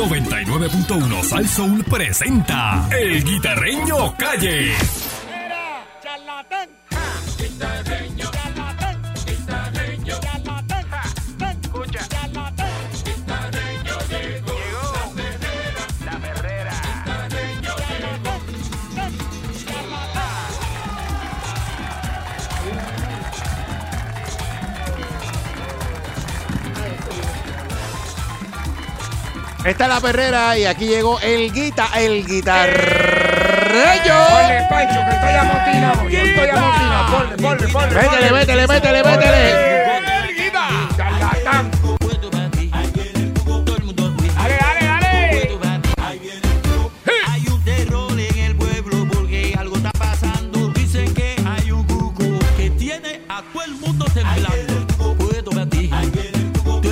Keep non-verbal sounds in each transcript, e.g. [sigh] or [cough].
99.1 Salsoul presenta El Guitarreño Calle. Era charlatán. Guitarreño. Charlatán. Guitarreño. Charlatán. Escucha. Charlatán. Guitarreño llegó. La perrera. Guitarreño Esta es la perrera y aquí llegó el guita, el Eh, Ponle guitarreño. Pancho, que estoy amotinado. Yo estoy amotinado. Ponle, ponle, ponle. Métele, ponle. métele, métele, métele. Charlatán. Dale, dale, dale. Hay un terror en el pueblo porque algo está pasando. Dicen que hay un cuco que tiene a todo el mundo temblando. Puedo para ti, todo el mundo a hoy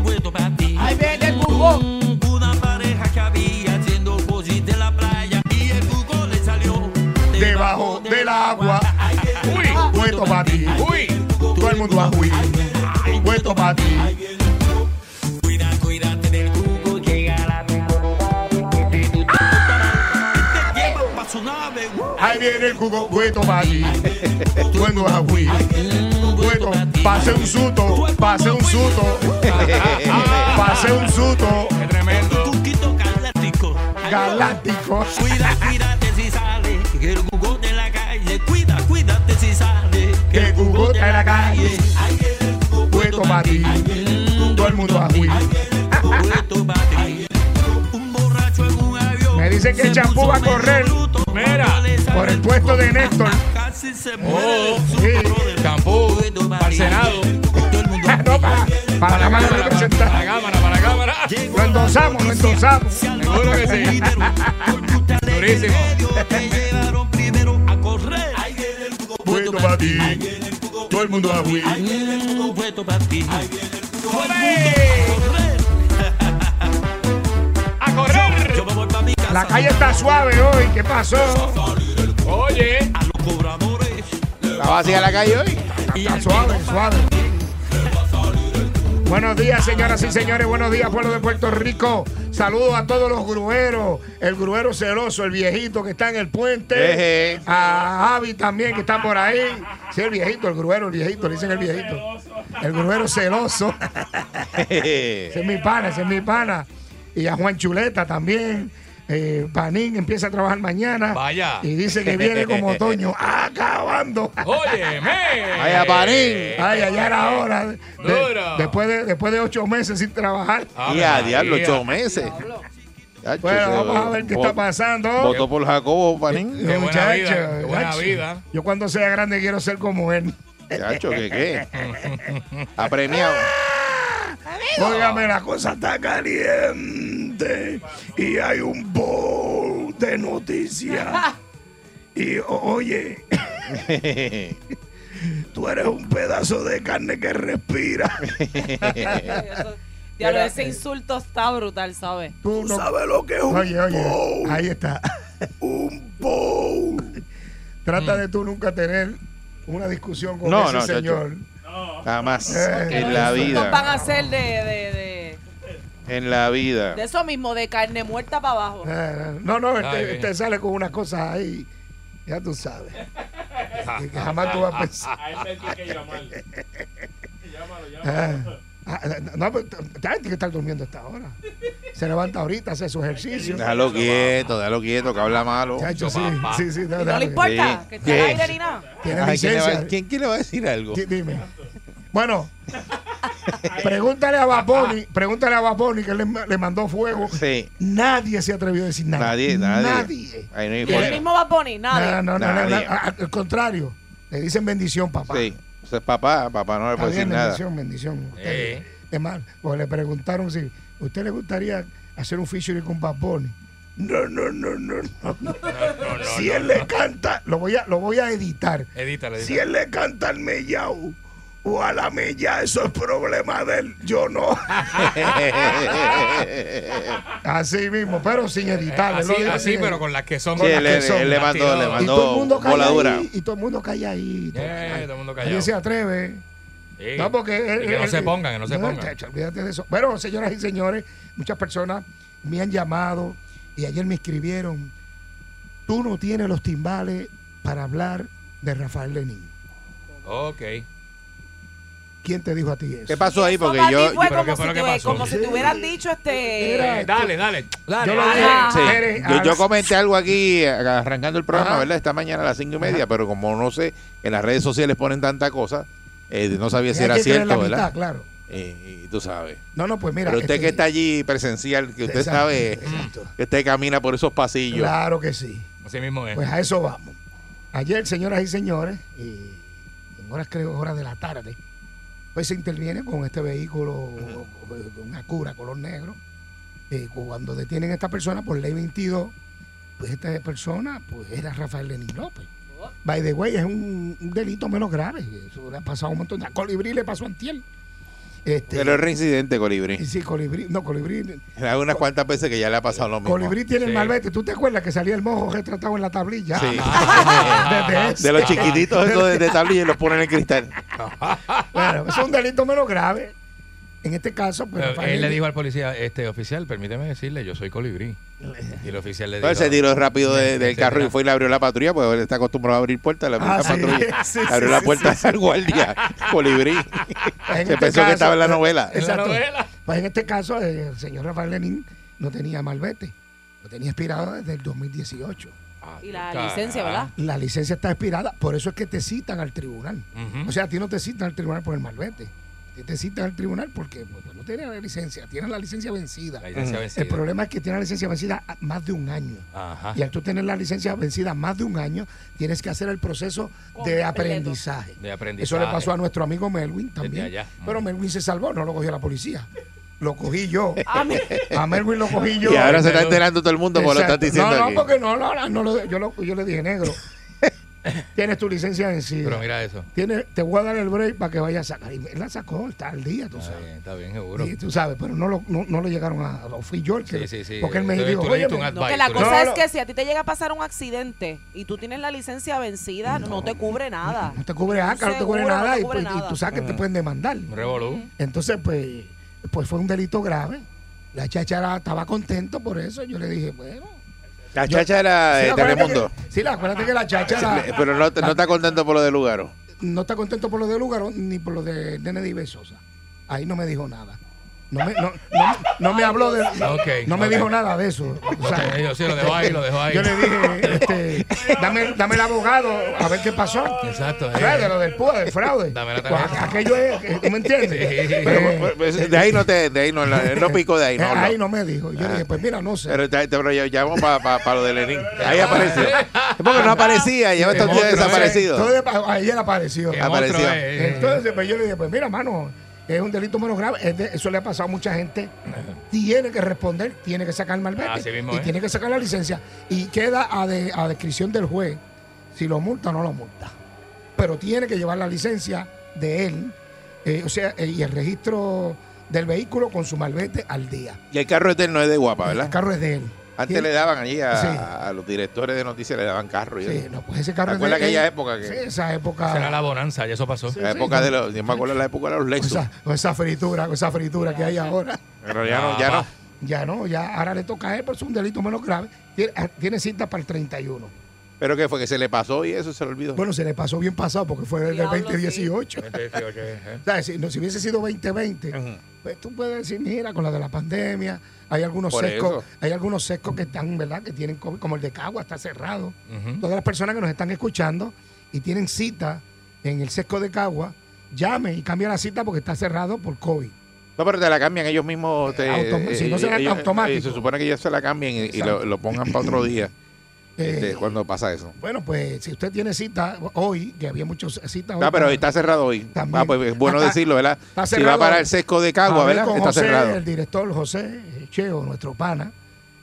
puedo para ti. Ahí viene el bubón. Mm, Una pareja que había haciendo cosis de la playa y el cuco le salió debajo del agua. Uy, puesto para ti. Uy, todo el mundo a huir. Ay, puesto para ti. Cuida, cuídate del cuco, llega la Te llevan pa' su nave, uh, Ahí viene el cuco, puesto para ti. Todo el mundo a huir. mm, Puesto, pa' ti. pasé un susto, pasé un susto, pasé un susto Cuquito galáctico. galáctico. Cuida, cuídate si sale, que el Google de la calle. Cuida, cuídate si sale, Que el Google de la calle. Ay, que el Google Puesto para ti, Mm, todo el mundo a huir. puesto pa' ti. Un borracho en un avión. Me dicen que el se champú puso va a correr. medio bruto, Mira, cuando le sale por el puesto de Néstor. Oh, Casi se muere. sí. Champú, para el Senado. Todo el mundo [laughs] No, para, para la Cámara de Representantes. cámara, para la cámara. Lo endosamos, lo endosamos. Seguro que sí. Durísimo. Te llevaron primero a correr. Puesto para ti, todo el mundo a huir. Mm, puesto para ti. ¡A correr! Yo me voy pa' mi casa. La calle está suave hoy, ¿qué pasó? Oye, a los cobradores. La vacía la calle [laughs] hoy. Está suave, suave. Buenos días, señoras y señores. Buenos días, pueblo de Puerto Rico. Saludos a todos los grueros. El gruero celoso, el viejito que está en el puente. Eje. A Javi también, que está por ahí. Sí, el viejito, el gruero, el viejito. Le dicen el viejito. El gruero celoso. [laughs] Ese es mi pana, ese es mi pana. Y a Juan Chuleta también. Eh, Panín empieza a trabajar mañana. Vaya. Y dice que viene como otoño. Acabando. oye, me. Vaya, Panín. Ay, allá era Eh, hora. De- Duro. después, de, después de ocho meses sin trabajar. Ah, Y a María. diablo, ocho meses. Chacho, Bueno, se- vamos a ver qué está vo- pasando. Votó por Jacobo, Panín. Qué buena Muchacho, vida, qué buena chacho. vida. Yo cuando sea grande quiero ser como él. Chacho, ¿qué qué? [laughs] Apremiado. Óigame, la cosa está caliente y hay un bowl de noticias. Y o- oye, tú eres un pedazo de carne que respira. [laughs] Diablo, ese insulto está brutal, ¿sabes? Tú sabes lo que es un oye, oye, Ahí está. [laughs] un bowl. Trata de tú nunca tener una discusión con Mm. No, ese no, chacho. señor. Jamás. Eh. En la Nos van a vida. hacer de, de, de, En la vida. de eso mismo, de carne muerta para abajo. Eh, No, no, Ay, este, bien. este sale con unas cosas ahí. Ya tú [laughs] sabes. que, que jamás tú vas a pensar. Eh, ah, No, pero t- t- tiene que estar durmiendo a esta hora. Se levanta ahorita, hace su ejercicio. Déjalo quieto, déjalo quieto, que habla malo. Chacho, sí, papá. sí, sí, no, Y no le déjalo. importa Sí. que esté al Sí. aire ni nada. Tiene Ay, ¿quién, le va, licencia. ¿quién, quién le va a decir algo? Di- Dime. Bueno, pregúntale a Baboni, pregúntale a Baboni que le, le mandó fuego. Ah, Sí. Nadie se atrevió a decir nada. Nadie, nadie. Nadie. Ahí no hay Y el forma. mismo va Bunny, No, nadie. no, no, no, Nadie. no, a- al contrario, le dicen bendición, papá. Sí. O sea, papá, papá no le Está puede decir bien, nada. bendición, bendición. Usted- Eh. Es más, pues le preguntaron si a usted le gustaría hacer un featuring con Bad Bunny. No, no, no, no, no. si él le canta, lo voy a, lo voy a editar. Edítale, Si él le canta al mellao o a la mella, eso es problema de él. Yo [laughs] no. Así mismo, pero sin editar. él lo Así, dijo así, sin pero editar. con las que son. Sí, con él, las que él- son, él le las mandó, tiró. Y le todo el mandó mundo calla voladura. ahí, y todo el mundo calla ahí. Eh, todo el mundo callado. Nadie se atreve. Y Sí. No, porque él- Y que no él- se pongan, que no se pongan. chacho, olvídate de eso. Bueno, señoras y señores, muchas personas me han llamado y ayer me escribieron, tú no tienes los timbales para hablar de Rafael Lenin. Ok. ¿Quién te dijo a ti eso? ¿Qué pasó ahí? Eso Porque para ti yo. fue pero ¿qué como, fue lo si que te, pasó? como si te hubieran dicho este. Era- Eh, dale, dale. Yo Dale. lo dale. dije, Ajá. Sí. Pérez, Yo, yo al- comenté algo aquí eh, arrancando el programa, Ajá. ¿verdad? Esta mañana a las cinco y media, pero como no sé, en las redes sociales ponen tanta cosa, eh, no sabía si hay era que creer cierto, la ¿verdad? mitad, claro. Eh, y tú sabes. No, no, pues mira. pero usted este, que está allí presencial, que usted Exacto, sabe exacto. que usted camina por esos pasillos. Claro que sí. Así mismo es. Pues a eso vamos. Ayer, señoras y señores, eh, en horas creo, horas de la tarde, pues se interviene con este vehículo, eh, con una cura color negro. Eh, cuando detienen a esta persona por ley 22, pues esta persona pues era Rafael Lenín López. By the way, es un, un delito menos grave. Eso le ha pasado un montón de... A Colibrí le pasó antiel. Este, Pero es reincidente, Colibrí. sí, Colibrí... No, Colibrí... Hay unas cuantas veces que ya le ha pasado lo mismo. Colibrí tiene Sí. el malvete. ¿Tú te acuerdas que salía el mojo retratado en la tablilla? Sí. Ah, Desde ese. De los chiquititos esos de, de tablilla y los ponen en el cristal. Claro, es un delito menos grave. En este caso, pues. Pero Rafael Eh, él le Lenin- dijo al policía, este oficial, permíteme decirle, yo soy colibrí. Y el oficial le dijo. Entonces Pues se tiró rápido de- Sí, del sí, carro sí. y fue y le abrió la patrulla, pues él está acostumbrado a abrir puertas, le abrió Ah, la sí. [laughs] patrulla. Sí, le sí, abrió la sí, puerta [laughs] al guardia, colibrí. En Se este pensó que caso- estaba en la novela. En la Exacto. novela. Pues en este caso, eh, el señor Rafael Lenin no tenía malvete. Lo tenía expirado desde el 2018. "Ah, Y la licencia, ¿verdad? La licencia está expirada, por eso es que te citan al tribunal. Ujú. O sea, a ti no te citan al tribunal por el malvete. A ti Te citan al tribunal porque pues, pues, no tienes la licencia, tienes la licencia vencida. ah, La licencia vencida. El problema es que tiene la licencia vencida a- más de un año. Ajá. Y al tú tener la licencia vencida más de un año, tienes que hacer el proceso de Completo. aprendizaje. De aprendizaje. Eso le pasó a nuestro amigo Melwin también. allá. Mm. Pero Melwin se salvó, no lo cogió la policía. Lo cogí yo. A mí- A Melwin lo cogí yo. Y ahora se está Pero- enterando todo el mundo por lo que estás Exacto. diciendo No, no, aquí. porque no, no, no, no lo- yo, lo- yo le dije [laughs] negro. Tienes tu licencia vencida. Pero mira eso. Tienes- te voy a dar el break para que vayas a sacar. Y él la sacó, está al día, tú Está sabes. bien, está bien, seguro. Sí, tú sabes, pero no lo, no, no lo llegaron a. lo Fui yo el que. Sí, sí, sí. Porque él me Tú- dijo, tú le diste "Óyeme, un No, que Bye, la tú no- cosa no, es no. que si a ti te llega a pasar un accidente y tú tienes la licencia vencida, no, te cubre nada. No te cubre ACA, no te Seguro, cubre no te nada, y, cubre pues, y nada. tú sabes que te pueden demandar. Un revolú. Entonces, pues, pues fue un delito grave. La chachara estaba contento por eso. Yo le dije, bueno. La chacha era eh, Sí, de acuérdate Telemundo. que- Sí, la- acuérdate que la chachara Sí, Pero no, te- no está contento por lo de Lugaro. no está contento por lo de Lugaro ni por lo de Nene Besosa. Ahí no me dijo nada. No me, no, no- no me habló de. No, Ok, no me ok. dijo nada de eso. o sea, Ok, yo sí, lo dejó ahí, lo dejó ahí. Yo le [laughs] dije, este, dame, dame el abogado a ver qué pasó. Exacto, eh. Claro, de lo del púa, del fraude. Dame la Pues, tarjeta. aquello es, ¿tú me entiendes? Sí. Pero- Pues, pues, De ahí no te, de ahí no, la- no pico de ahí, no. Eh, ahí no. no me dijo. Yo le dije, pues mira, no sé. Pero, te- te- pero ya- ya vamos para lo de [laughs] Lenin. Ahí apareció. Es porque no aparecía, lleva estos días Monstruo, eh. desaparecido. Entonces, pa- ayer apareció. Qué Ah, apareció. monstruo es. Entonces, pues yo le dije, pues mira, mano, es un delito menos grave. Es de- eso le ha pasado a mucha gente. Tiene que responder, tiene que sacar el malvete. Así mismo y es. tiene que sacar la licencia. Y queda a, de- a descripción del juez si lo multa o no lo multa. Pero tiene que llevar la licencia de él, eh, o sea, eh, y el registro del vehículo con su malvete al día. Y el carro este no es de guapa, El ¿verdad? carro es de él. Antes Tiene- le daban allí a, Sí. a los directores de noticias, le daban carro. y Sí, eso. no, pues ese carro ¿Te es de acuerdas él. aquella época que- Sí, esa época. eh, Será la bonanza, ya eso pasó. La época de los, yo me acuerdo de la época de los con Lexus. esa, con esa fritura, con esa fritura que hay ahora. Pero ya Ah, no, ya no. Ah, Ya no, ya ahora le toca a él, pero es un delito menos grave. Tiene, ah, tiene cita para el 31. Pero que fue que se le pasó y eso se le olvidó. Bueno, se le pasó bien pasado porque fue del Diablo, 2018. eh, O sea, si, no, si hubiese sido 2020, pues tú puedes decir, mira, con la de la pandemia, hay algunos Por sescos, eso. hay algunos sescos que están, ¿verdad? Que tienen COVID, como el de Cagua está cerrado. Todas las personas que nos están escuchando y tienen cita en el sesco de Cagua, llamen y cambien la cita porque está cerrado por COVID. No, pero te la cambian ellos mismos. Te, Eh, eh, Autom- si no será ellos- automático. eh, se supone que ellos se la cambian y, y lo, lo pongan para otro día. este, [laughs] Eh, cuando pasa eso. Bueno, pues si usted tiene cita hoy, que había muchas citas hoy. Ah, pero está cerrado hoy. También. Ah, pues es bueno Ah, está- decirlo, ¿verdad? está Si va cerrado. para el sesco de Cagua, Hablé ¿verdad? con Está José, cerrado. El director José Cheo, nuestro pana,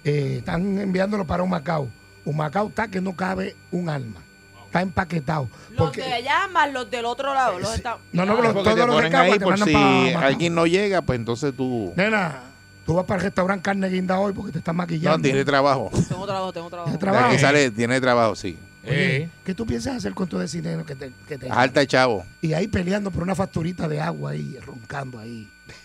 eh, están enviándolo para un Macao. Un Macao está que no cabe un alma. Está empaquetado. Los Porque de allá más los del otro lado. Los está- No, no, Ah, pero- Ah, porque todos te los ponen de Cagua ahí te por mandan si pa' Macao. alguien no llega, pues entonces tú nena, tú vas para el restaurante carne guinda hoy porque te están maquillando. no tienes trabajo. Tengo trabajo, tengo trabajo. Tienes De trabajo. aquí sale, tiene trabajo, sí. Oye, Eh. ¿Qué tú piensas hacer con todo ese dinero que te, que te- Alta, chavo. Y ahí peleando por una facturita de agua ahí, roncando ahí. [laughs]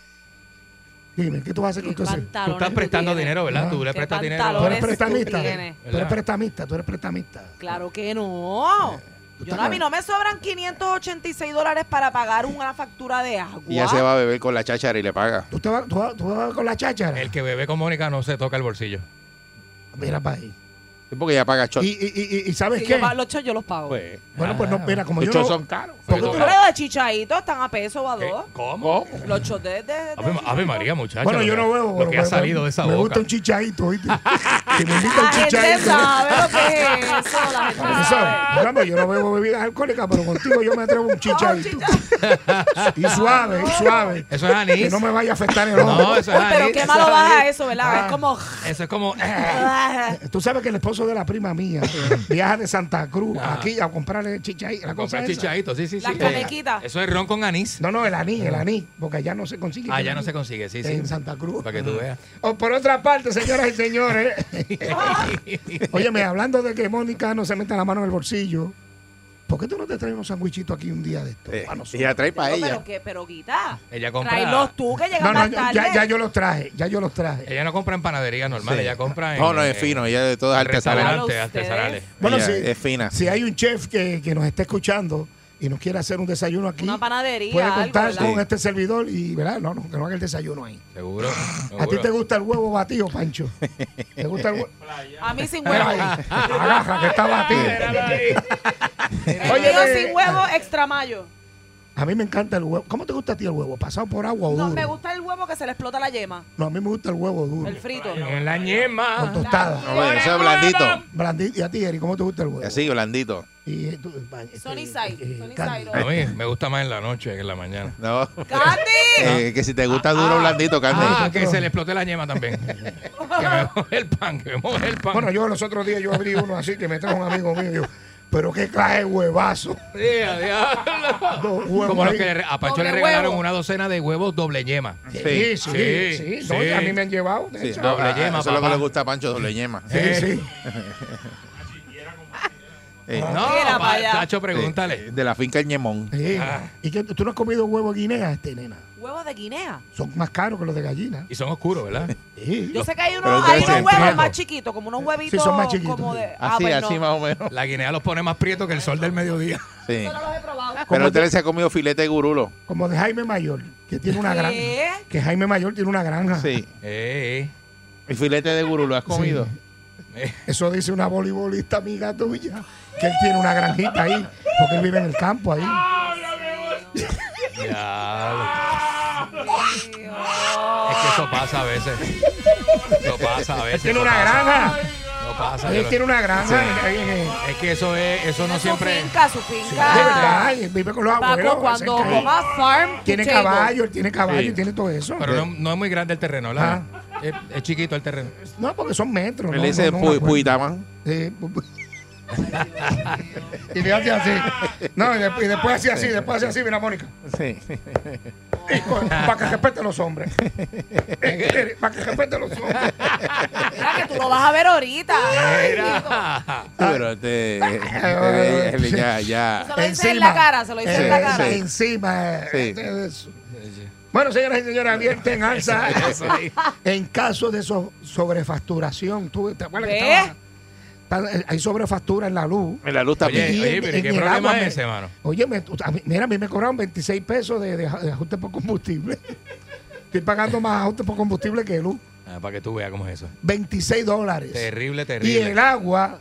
Dime, ¿qué tú vas a hacer con Qué todo ese Tú pantalones estás prestando tienes. dinero, ¿verdad? Tú le Qué prestas dinero. Ah. Tú eres pantalones. prestamista. tú tienes. Tú eres prestamista, tú eres prestamista. Claro que Eh, no. Yo, tú estás no, a mí no me sobran 586 dólares para pagar una factura de agua. Y ya se va a beber con la cháchara y le paga. ¿Tú te vas, tú vas- tú vas con la cháchara? El que bebe con Mónica no se toca el bolsillo. Mira para ahí. Es porque ya paga shot. Y, y- y- y- y ¿sabes Si qué? yo pa- los chos yo los pago. Pues, Bueno, pues no, Ah, mira, como yo. los shots no- son caros. ¿Por qué tú Pero- Pero no- los de chichaito están a peso o a ¿Qué? dos. ¿Cómo? Los chos de, de- de Ave, Ave María, muchacho. Bueno, lo yo que- no veo. Lo pero que ha me- salido de esa Me boca. gusta un chichaito, ¿viste? [laughs] Si me invita un La gente chichaito. sabe lo [laughs] que es eso. La gente Pero tú sabe. sabes, digamos, Pues yo no bebo bebidas alcohólicas, pero contigo yo me atrevo [laughs] un chichaito. y suave, y suave. Eso es Que anís. no me vaya a afectar el ojo. No, eso es Uy, anís. pero qué eso malo es baja anís. eso, ¿verdad? Ah. Es como. [laughs] Eso [laughs] es como. eh, Tú sabes que el esposo de la prima [laughs] mía viaja de Santa Cruz Ah. aquí a comprarle chichaito. La cosa Comprar esa. chichaito, sí, sí, sí. Las Eh, canequitas. Eso es ron con anís. No, no, el anís, el anís, porque allá no se consigue. Este. Ah, el ya no anís. se consigue, sí, sí. En Santa Cruz. Para que tú veas. O por otra parte, señoras y señores. [laughs] Óyeme, hablando de que Mónica no se meta la mano en el bolsillo, ¿por qué tú no te traes unos sandwichitos aquí un día de esto? Ah, Eh, y la trae para No, ella. Pero, que, pero Guita, Ella compra. tráelos tú que llegan No, no, más ya, tarde. ya- ya yo los traje, ya yo los traje. Ella no compra en panadería normal, ella compra en. No, no, es en- fino. Ella de todas en artesanales. Habla Restaurantes ustedes. artesanales. Bueno, Ella sí. es fina. Si hay un chef que, que nos está escuchando y nos quiere hacer un desayuno aquí, Una panadería, puede algo, contar ¿verdad? con Sí. este servidor y, ¿verdad? No, no, que no haga el desayuno ahí. Seguro. ¿A ti seguro. te gusta el huevo batido, [laughs] Pancho? ¿Te gusta el huevo? A mí sin Mira [laughs] huevo. ahí, ah, agarra, que está batido. El Oye, eh, mío ve. sin huevo, extra mayo. A mí me encanta el huevo. ¿Cómo te gusta a ti el huevo? ¿Pasado por agua o No, duro? me gusta el huevo que se le explota la yema, No, a mí me gusta el huevo duro. el Ah, frito. En la Con ñema. No, tostada. bueno, eso es blandito. Blandito. ¿Y a ti, Eri, cómo te gusta el huevo? Así, blandito. Y, eh, tú, eh, Son eh, inside, eh, son Candy. inside. A mí me gusta más en la noche que en la mañana. No. Ah. ¡Candy! [laughs] Eh, que si te gusta duro, blandito, Candy. Ah, que se le explote la [laughs] ñema también. que me moje el pan, que me moje el pan. Bueno, yo los otros días yo abrí uno así que me trajo un amigo mío. y yo, Pero qué clase de huevazo. Sí, [laughs] a diablo. Dos huevos Como los ahí. que le- a Pancho Doble le regalaron huevo. una docena de huevos doble yema. Sí, sí, sí. sí, No, sí. a mí me han llevado. de Sí, hecho. doble ah, ah, yema, Eso es lo que papá. le gusta a Pancho, doble yema. Sí, sí. Eh, No, Mira pa' pa- allá. Tacho, pregúntale. eh, De la finca El Ñemón. Sí. ¿Y qué, tú no has comido huevo de guinea, este, nena? Huevos de Guinea. Son más caros que los de gallina. Y son [laughs] oscuros, ¿verdad? Sí. Yo sé que hay Pero unos, ustedes hay unos tienen huevos tiempo. más chiquitos, como unos huevitos Sí, son más chiquitos, como sí. de. ah, Así, pues no. así más o menos. La guinea los pone más prietos que el sol [laughs] del mediodía. Sí. Yo no los he probado. Pero ¿Cómo usted se ha comido filete de gurulo. Como de Jaime Mayor, que tiene una ¿Qué? granja. Que Jaime Mayor tiene una granja. Sí. Eh, El filete de gurulo, ¿has comido? Eso dice una voleibolista amiga tuya, que él tiene una granjita ahí, porque él vive en el campo ahí. eh. Ya. Dios. Es que eso pasa a veces. Eso pasa a veces. Tiene eso una pasa. granja. No pasa. Él tiene una granja. ahí en el- Es que eso es, eso no su siempre. finca, su De verdad, finca. él vive con los Ah. Paco, abuelos. cuando cerca ahí. coma farm, Tiene tu caballo, él tiene caballo, Sí. tiene todo eso. Pero no, no es muy grande el terreno, ¿verdad? Es, es chiquito el terreno. no, porque son metros. Me no, le dice no, no, Puy- una cuenta. Puitamán. Sí, pu- pu- y le hace así. No, y de- y después hace así, después hace así, mira Mónica. Sí. Y con- Para que respete a los hombres. Para que respete a los hombres. table. Mira que tú lo vas a ver ahorita. [laughs] Ah, Pero [laughs] este, ay, él ya, ya. Se lo dices en la cara, se lo dices en la Eh, cara. sí, Encima. eh, Sí. de eso. Bueno, señoras y señores, abierta [laughs] en alza en caso de so- sobrefacturación. ¿Tú te acuerdas que ¿Ve? estaba- estaba- eh, hay sobrefactura en la luz? En la luz también. Oye, Y oye, en- pero en ¿qué el problema agua, es me- ese, mano? Oye, me- tú- a mí- mira, a mí me cobraron 26 pesos de, de- de ajuste por combustible. [laughs] Estoy pagando más ajuste por combustible que luz. Ah, para que tú veas cómo es eso. 26 dólares. Terrible, Y el terrible. agua,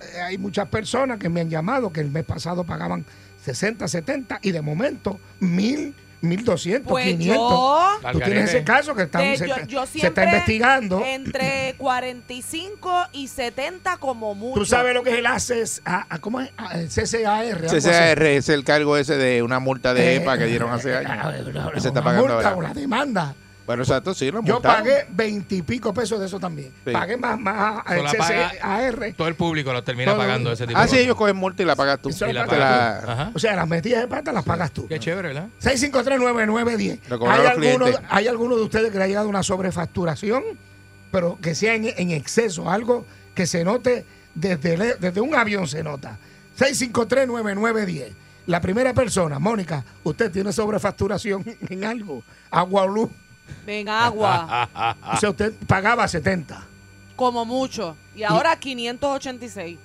eh, hay muchas personas que me han llamado que el mes pasado pagaban 60, 70 y de momento 1000, 1200, Pues 500. yo. Tú tienes ese caso que están- de- se, yo, está- yo se siempre está investigando. Entre 45 y 70 como mucho. Tú sabes lo que es el ACES, a- a- ¿cómo es? A- el CCAR. algo así. CCAR pues, es el cargo ese de una multa de Eh, EPA que dieron hace Ah, años. una- que se está una pagando multa ahora. o la demanda. Bueno, exacto, sí, lo Yo multaron. pagué 20 y pico pesos de eso también. Sí. Pagué más, más Eso el la CCAR. Todo el público lo termina Todo- pagando ese tipo Ah, de sí, cosas. ellos cogen multa y la pagas tú. Eso Y la la pagas pagas. Ajá. O sea, las metidas de pata las pagas tú. Qué chévere, ¿verdad? 6539910. Lo cobraron ¿Hay los alguno, clientes. ¿Hay alguno de ustedes que le haya dado una sobrefacturación? Pero que sea en, en exceso, algo que se note desde, le- desde un avión se nota. 6539910. La primera persona, Mónica, usted tiene sobrefacturación [laughs] en algo, agua o luz. En [laughs] agua, O sea, usted pagaba 70. como mucho. Y ahora 586.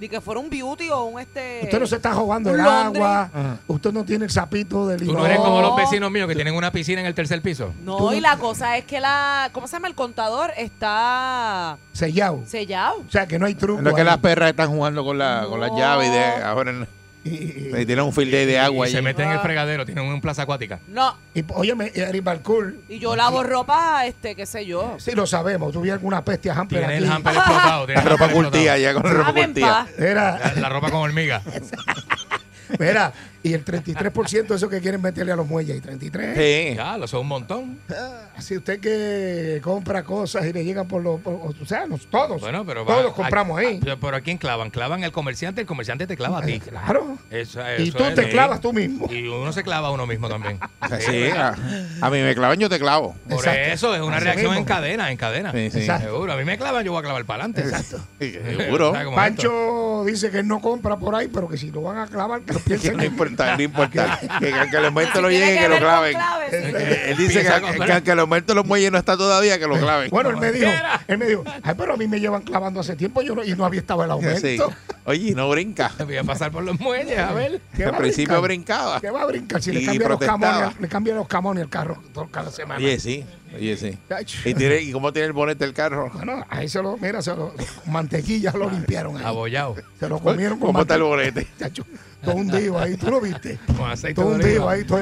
Di que fuera un beauty o un este. Usted no se está jugando un el Londres. agua, Ajá. usted no tiene el sapito de Tú limón. no eres como No. los vecinos míos que tienen una piscina en el tercer piso. No, y la cosa es que la. ¿Cómo se llama? El contador está Sellado. sellado. O sea, que no hay truco. No es que ahí. las perras están jugando con la, con la No. llave y de, ahora en- Y- y- y tienen un field day de agua y ahí. se meten en Ah. el fregadero, tienen un plaza acuática. No. Y óyeme, Eric Balcour, Y yo lavo ropa, este, qué sé yo. sí lo sabemos, tuviera alguna peste a hamper Tienen el aquí. hamper explotado. tiene La el hamper ropa explotado. curtida ya con la ropa Dame en curtida. paz. Era, La, la ropa con [laughs] hormiga. era, y el 33% de eso que quieren meterle a los muelles, y 33. Sí. Ya, lo son un montón. Si usted que compra cosas y le llegan por los, por- o sea, nos- todos, Bueno, pero va- todos compramos a- ahí. a- pero ¿a quién clavan? Clavan al comerciante, el comerciante te clava a ti. Claro. Eso- Y eso tú es, te sí. clavas tú mismo. Y uno se clava a uno mismo también. [laughs] Sí, a, a mí me clavan, yo te clavo. Por Exacto. eso es una Así reacción mismo. en cadena, en cadena. Sí, sí. Exacto. Seguro, a mí me clavan, yo voy a clavar para adelante. Exacto. Seguro. [laughs] Pancho dice que él no compra por ahí, pero que si lo van a clavar, que lo [laughs] Que piensen. no importa, [laughs] no importa. Que que aunque los muertos Si lo tiene lleguen, que ver lo con claven. Eh, claves, sí. Él dice que, Empieza a que- que comprar. aunque los muertos los muelles no está todavía, que lo claven. Bueno, él me dijo, él me dijo, ay, pero a mí me llevan clavando hace tiempo yo no- y no había estado el aumento. Sí. Oye, no brinca. Voy a pasar por los muelles, a ver. ¿Qué va [laughs] Al a principio brincar? brincaba. ¿Qué va a brincar si Y le cambian los protestaba. camones, le cambian los camones al carro todo- cada semana? Oye, sí. Oye, sí. Ay, ¿Y, tiene, ¿Y cómo tiene el bonete del carro? Bueno, ahí se lo, mira, se lo, con mantequilla lo limpiaron ahí. Abollado. Se lo comieron con ¿Cómo está el mantequilla. bonete? [laughs] Chacho, todo hundido ahí, tú lo viste. Con aceite Todo de hundido oliva. ahí, todo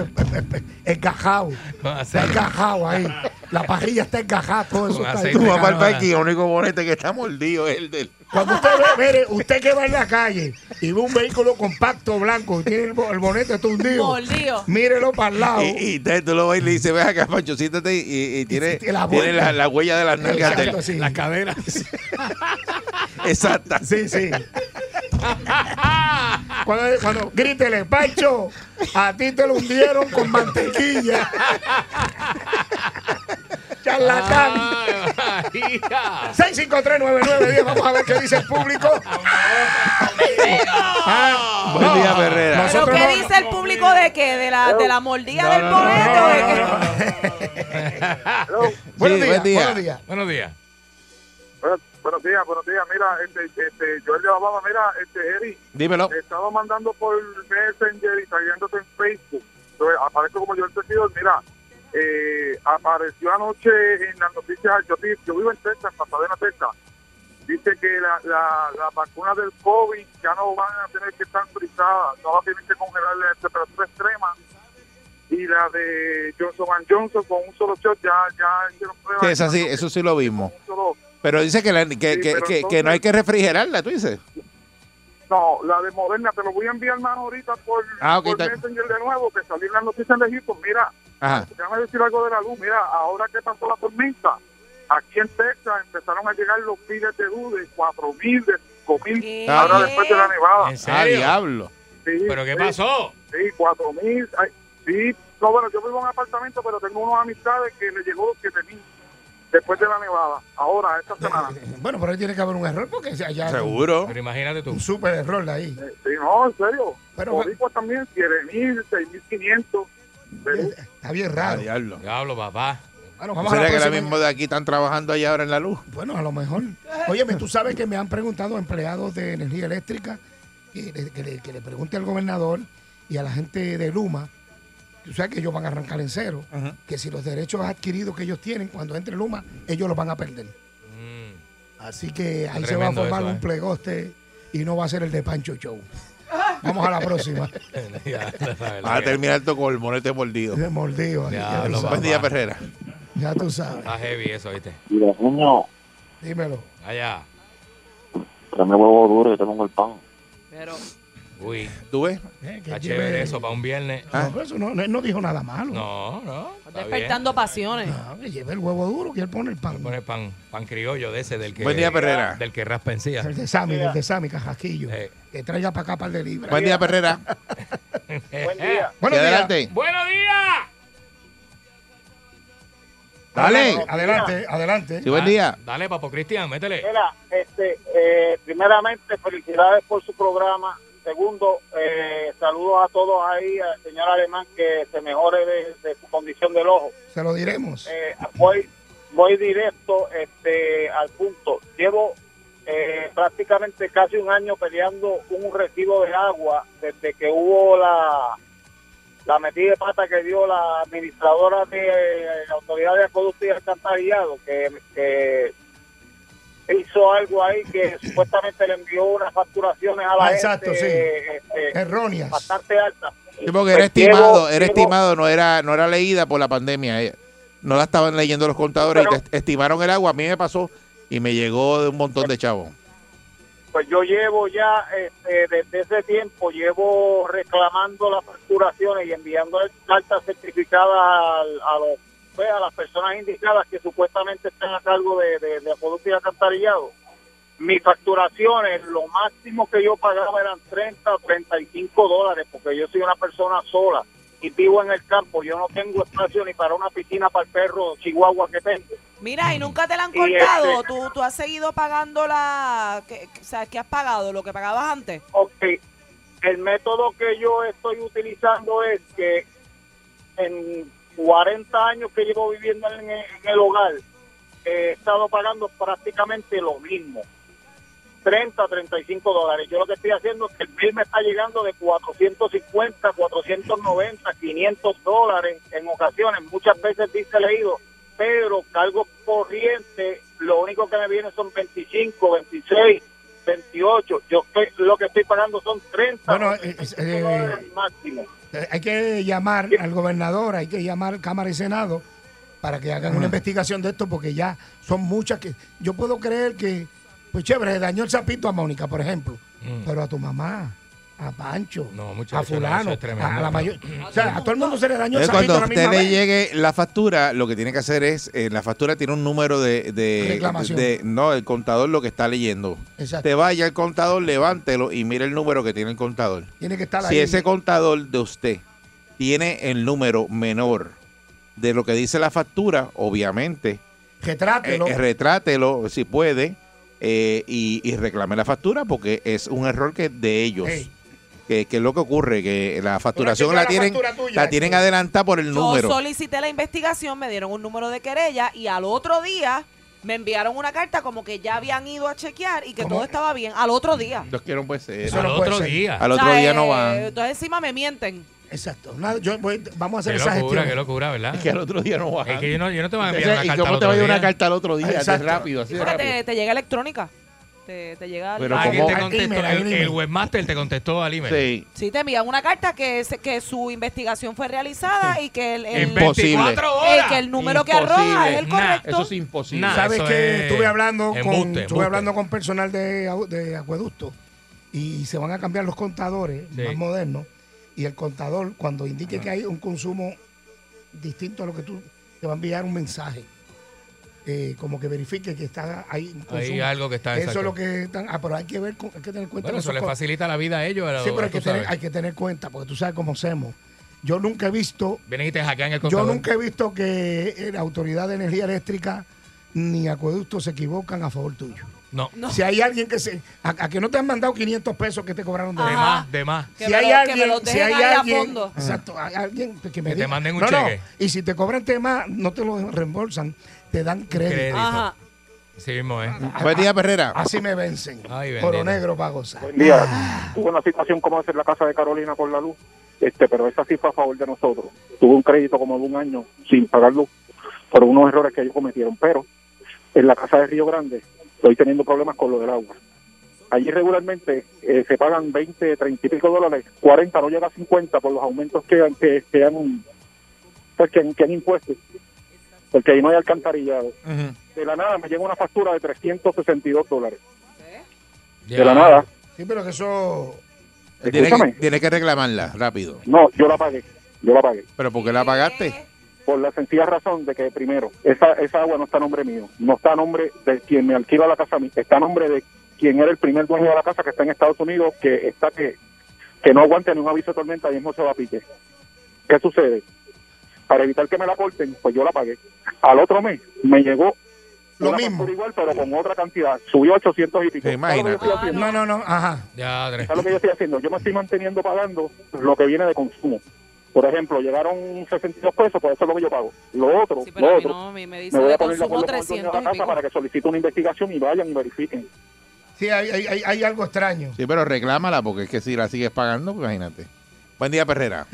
esgajado. Con Está aceite. esgajado ahí. La parrilla está esgajada, todo eso Con está ahí. aceite. Tu papá el Ahora. parking, el único bonete que está mordido es el del. Cuando usted ve, mire, usted que va en la calle y ve un vehículo compacto blanco y tiene el, bo- el bonete todo hundido, Mordido. mírelo para el lado. Y, y te- tú lo ves y le dices, ve acá, Pancho, siéntate y, y tiene, hiciste la tiene vuelta. la, la huella de las nalgas del. Exacto, sí. Las caderas. [laughs] Exacta. Sí, sí. Cuando, cuando grítele, Pancho, a ti te lo hundieron con mantequilla. Charlatán. Ah. Ay, María. 6539910, vamos a ver qué dice el público. Ah, Buen día, Ferrera. ¿Pero Nosotros qué no- dice el público de qué? ¿De la, de la mordida del bonete o de qué? Buenos Sí, días, buen día. buenos días. Buenos días. Bueno, buenos días, buenos días. Mira, este, este, yo le hablaba, mira, este, Eri, Dímelo. te estaba mandando por Messenger y saliéndote en Facebook. Entonces, aparezco como yo el testigo, mira, eh, apareció anoche en las noticias, yo, vi- yo vivo en Texas, en Pasadena, Texas. Dice que la, la, la vacuna del COVID ya no van a tener que estar frisadas, no va a tener que congelar la temperatura extrema. Y la de Johnson Johnson con un solo shot ya, ya hicieron pruebas. Sí, esa sí, eso sí lo vimos. Un solo- Pero dice que, la- que, que, Sí, pero que- que no hay entonces- que refrigerarla, tú dices. No, la de Moderna, te lo voy a enviar más ahorita por, Ah, ok, por está- Messenger de nuevo, que salió en las noticias de Egipto. Mira, Ajá. déjame decir algo de la luz. Mira, ahora que pasó la tormenta, aquí en Texas empezaron a llegar los miles de luz de 4.000, de 5.000, ¿Qué? ahora después de la nevada. ¿En Ah, serio? diablo. Sí, ¿Pero qué sí, pasó? Sí, 4.000. ay, Sí, no, bueno, yo vivo en un apartamento, pero tengo unas amistades que le llegó los 7.000 después de la nevada, ahora, esta semana. [laughs] Bueno, pero ahí tiene que haber un error porque allá Seguro. Pero imagínate tú. un super error de ahí. Eh, Sí, no, en serio. Pero- Boricua también, 7.000, 6.500. de- Está bien Ah, raro. diablo. Diablo, papá. [laughs] Bueno, ¿No vamos a la ¿Será que ahora próxima. mismo de aquí están trabajando allá ahora en la luz? Bueno, a lo mejor. Óyeme, tú sabes que me han preguntado empleados de energía eléctrica que le, que le- que le pregunte al gobernador y a la gente de Luma. Tú sabes que ellos van a arrancar en cero. Que si los derechos adquiridos que ellos tienen cuando entre Luma, ellos los van a perder. Mm. Así que ahí Está se va a tremendo formar eso, un ¿eh? plegoste y no va a ser el de Pancho Show. Vamos a la [laughs] próxima. Ya, la verdad Vas a que- terminar todo con el monete mordido. De mordido. ahí, ya, tú Diablo, sabes. Buen día, Ferrera. Ya tú sabes. Está heavy eso, ¿viste? Dios mío, Dímelo. Allá. tráeme huevo duro, yo tengo el pan. Pero, Uy, ¿Tú ves? Eh, que está lleve- chévere eso para un viernes. No, pero eso no, no- él no dijo nada malo. No, no. está [laughs] bien. despertando pasiones. No, que lleve el huevo duro que él pone el pan. Pone pan, pan criollo de ese del que. Buen día, Perrera. Del que raspa encía. El de Sammy, el de Sammy Cajasquillo. Eh. Que traiga para acá par de libras. Buen día, Perrera. Buen día. [laughs] Buenos Y días. adelante. ¡Buenos días! Dale. Adelante, adelante. Sí, buen día. Ah, Dale, papo Cristian, métele. Mira, este, eh, primeramente, felicidades por su programa. Segundo, eh, saludos a todos ahí, al señor Alemán, que se mejore de, de su condición del ojo. Se lo diremos. Eh, voy, voy directo este, al punto. Llevo eh, prácticamente casi un año peleando un recibo de agua desde que hubo la, la metida de pata que dio la administradora de la Autoridad de Acueducto y Alcantarillado, que, que hizo algo ahí [laughs] que supuestamente le envió unas facturaciones a la Ah, exacto, gente, sí. este, Erróneas. bastante altas. Sí, porque era Pues llevo- estimado, era llevo- estimado, no era, no era leída por la pandemia. eh. No la estaban leyendo los contadores y te estimaron el agua. A mí me pasó y me llegó de un montón de chavos. Pues yo llevo ya, este, desde ese tiempo, llevo reclamando las facturaciones y enviando cartas certificadas al- a, los, pues, a las personas indicadas que supuestamente están a cargo de, de, de acueducto y alcantarillado. Mis facturaciones, lo máximo que yo pagaba eran 30 o 35 dólares, porque yo soy una persona sola y vivo en el campo. Yo no tengo espacio ni para una piscina para el perro chihuahua que tengo. Mira, y nunca te la han Y cortado. este- ¿Tú, tú has seguido pagando la. Que, que- o sea, ¿qué has pagado? ¿Lo que pagabas antes? Ok, el método que yo estoy utilizando es que en 40 años que llevo viviendo en, en el hogar, he estado pagando prácticamente lo mismo. 30, 35 dólares. Yo lo que estoy haciendo es que el bill me está llegando de 450, 490, 500 dólares en ocasiones. Muchas veces dice leído, pero cargo corriente, lo único que me viene son 25, 26, 28. Yo estoy, lo que estoy pagando son 30 Bueno, eh, eh, eh, dólares máximo. Eh, Hay que llamar al gobernador, hay que llamar Cámara y Senado para que hagan una investigación de esto, porque ya son muchas que. Yo puedo creer que, pues chévere, le dañó el sapito a Mónica, por ejemplo, Mm. pero a tu mamá, a Pancho, No, a muchachos, eso Fulano, es tremendo. Mm. a la mayor. O sea, a todo el mundo se le dañó el Entonces, sapito cuando a a la usted misma le vez. llegue la factura, lo que tiene que hacer es, en la factura tiene un número de, de- Reclamación. de- no, el contador lo que está leyendo. Exacto. Te vaya al contador, levántelo y mire el número que tiene el contador. Tiene que estar Si ahí. ese contador de usted tiene el número menor de lo que dice la factura, obviamente, Retrátelo. eh, eh, retrátelo si puede eh, y, y reclame la factura porque es un error que de ellos. Ey. Que, que es lo que ocurre, que la facturación chequea la, la tienen, factura tuya, la tienen esto. adelantada por el número. Yo solicité la investigación, me dieron un número de querella y al otro día me enviaron una carta como que ya habían ido a chequear y que ¿Cómo? todo estaba bien. Al otro día. Los que no puede ser. Eso Al no puede otro ser. día. Al O otro sea, día no eh, van. Entonces encima me mienten. Exacto. Nada, yo voy- vamos a hacer Qué esa locura, gestión. qué locura, ¿verdad? Es que al otro día no van. Es que yo no, yo no te voy a enviar una Entonces, ¿Y carta. cómo al te otro va a llegar una día? carta al otro día? Es Exacto. rápido, así Sí, de porque rápido. te, te llega electrónica. Te, te llega. Pero Ah, la- que como- te al contestó, email, al el, email. el webmaster te contestó al email. Sí. Sí, te envían una carta que, se- que su investigación fue realizada y que el, el- En 24 eh, horas. que el número que Imposible. arroja es el Nah, correcto. Eso es imposible. Nah. ¿Sabes eso que es Estuve hablando, con, embuste, estuve embuste. hablando con personal de, au- de acueducto y se van a cambiar los contadores Sí. más modernos. Y el contador, cuando indique que hay un consumo distinto a lo que tú, te va a enviar un mensaje. Eh, como que verifique que está ahí un consumo. Hay algo que está Eso exacto. es lo que están. Ah, pero hay que ver, con- hay que tener cuenta Bueno, con eso esos le co- facilita la vida a ellos. a- Sí, pero a- hay tú que, tener, sabes. hay que tener cuenta, porque tú sabes cómo hacemos. Yo nunca he visto Vienen y te hackean el yo contador. nunca he visto que eh, la Autoridad de Energía Eléctrica ni Acueducto se equivocan a favor tuyo. No. No. Si hay alguien que se... A, a que no te han mandado 500 pesos que te cobraron de De Ajá. más. más, de más. Que si me hay lo- que me alguien, los si dejen hay ahí a alguien, fondo. exacto, hay alguien que me Que te diga. manden un No, no, cheque. Y si te cobran tema, no te lo reembolsan, te dan crédito. Crédito. Ajá. Sí mismo, ¿eh? Buen día, Perrera. Así me vencen. Ay, bendito. Oro negro para gozar. Buen día. Tuve una situación como esa en la casa de Carolina con la luz, este, pero esa sí fue a favor de nosotros. Tuve un crédito como de un año sin pagar luz por unos errores que ellos cometieron, pero en la casa de Río Grande estoy teniendo problemas con lo del agua. Allí regularmente eh, se pagan 20, 30 y pico dólares, 40, no llega a 50 por los aumentos que, han- que, que han, pues, que, han- que han impuesto, porque ahí no hay alcantarillado. De la nada me llega una factura de 362 dólares. De la nada. Sí, pero que eso... Tiene que, Escúchame. tiene que reclamarla rápido. No, yo la pagué. Yo la pagué. Pero ¿por qué la pagaste? Por la sencilla razón de que, primero, esa, esa agua no está a nombre mío. No está a nombre de quien me alquila la casa a mí. Está a nombre de quien era el primer dueño de la casa que está en Estados Unidos, que está que, que no aguanta ni un aviso de tormenta y mismo se va a pique. ¿Qué sucede? para evitar que me la corten, pues yo la pagué. Al otro mes me llegó lo mismo. igual, pero con otra cantidad. Subió 800 y pico. imagínate. ¿Sabes lo que yo estoy haciendo? No, no, no, ajá. ¿Sabes lo que yo estoy haciendo? Yo me estoy manteniendo pagando lo que viene de consumo. Por ejemplo, llegaron 62 pesos, por eso es lo que yo pago. Lo otro, pero lo a mí otro, no, a mí me dice me voy de a poner de consumo acuerdo con el dueño de 300 la y casa pico. para que solicite una investigación y vayan y verifiquen. Sí, hay, hay- hay- hay algo extraño. Sí, pero reclámala porque es que si la sigues pagando, pues imagínate. Buen día, Perrera.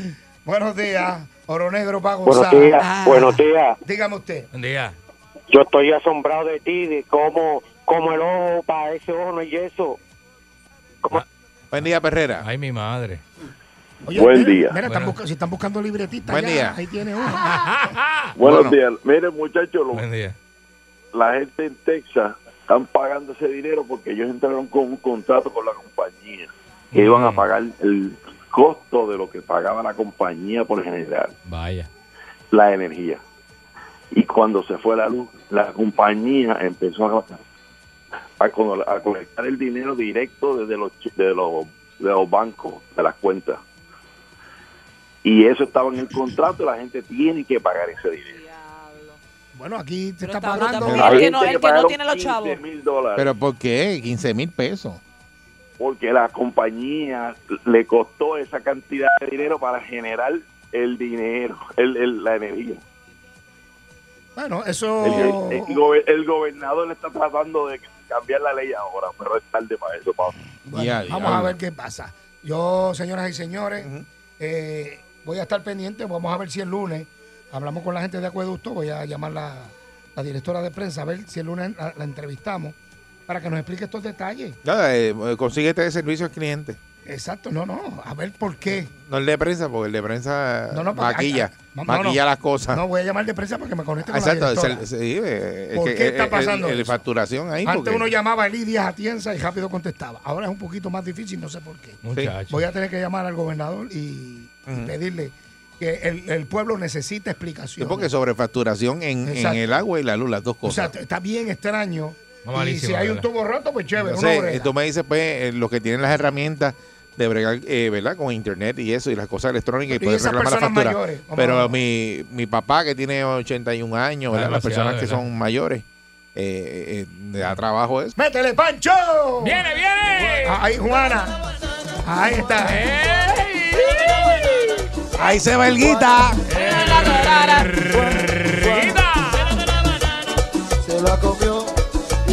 Buenos días, Oro Negro Pago Buenos días, ah. Ah. buenos días. Dígame usted. Buen día. Yo estoy asombrado de ti, de cómo, cómo el ojo para ese ojo no hay yeso. Buen día, Perrera. Ay, mi madre. Buen mira, día. Mira, están Bueno. busca- si están buscando libretita. Buen ya, día. Ahí tiene uno. Buenos Bueno. días. Miren, muchachos, lo- la gente en Texas están pagando ese dinero porque ellos entraron con un contrato con la compañía que iban a pagar el costo de lo que pagaba la compañía por generar Vaya. la energía. Y cuando se fue la luz, la compañía empezó a, a co- a colectar el dinero directo desde los, chi- de los, de los bancos, de las cuentas. Y eso estaba en el contrato, la gente tiene que pagar ese dinero. Bueno, aquí te está, brutal, pagando. porque el que no- el que no tiene los chavos. mil dólares. ¿Pero por qué? 15 mil pesos. porque la compañía le costó esa cantidad de dinero para generar el dinero, el, el- la energía. Bueno, El, eso. el- el gober- el gobernador le está tratando de cambiar la ley ahora, pero es tarde para eso, Pablo. Bueno, vamos a ver qué pasa. Yo, señoras y señores, eh, voy a estar pendiente. Vamos a ver si el lunes hablamos con la gente de Acueducto. Voy a llamar la, la directora de prensa a ver si el lunes la, la entrevistamos para que nos explique estos detalles. Nada, eh, consíguete de servicio al cliente. Exacto, no, no. A ver por qué. No el de prensa, porque el de prensa No, no, porque- maquilla. ay, ay, no, no, maquilla no. las cosas. No, voy a llamar de prensa para que me conecte con Exacto, la es directora. el- sí, eh, es ¿Por que qué está el- el- pasando El, eso? facturación ahí. Antes porque- uno llamaba a Lidia Atienza y rápido contestaba. Ahora es un poquito más difícil, no sé por qué. Muchacho. Voy a tener que llamar al gobernador y, y Ujú. pedirle que el, el pueblo necesita Sí, explicación. porque sobrefacturación en, en Exacto. el agua y la luz, las dos o sea, cosas. t- está bien extraño. No, y malísimo, si hay de un verdad. tubo roto, pues chévere, Entonces, uno brega. eh, tú me dices, pues, eh, los que tienen las herramientas de bregar, eh, ¿verdad? Con internet y eso, y las cosas electrónicas, y Y poder esas reclamar la personas factura. mayores, vamos a Pero ver. mi, mi papá, que tiene 81 años, ¿verdad? Las Demasiado, personas que ¿verdad? son mayores, eh, eh, le da trabajo eso. ¡Métele, Pancho! ¡Viene, viene! ¡Ahí, Juana! Ahí está. Ahí se va el guita. Se la comió y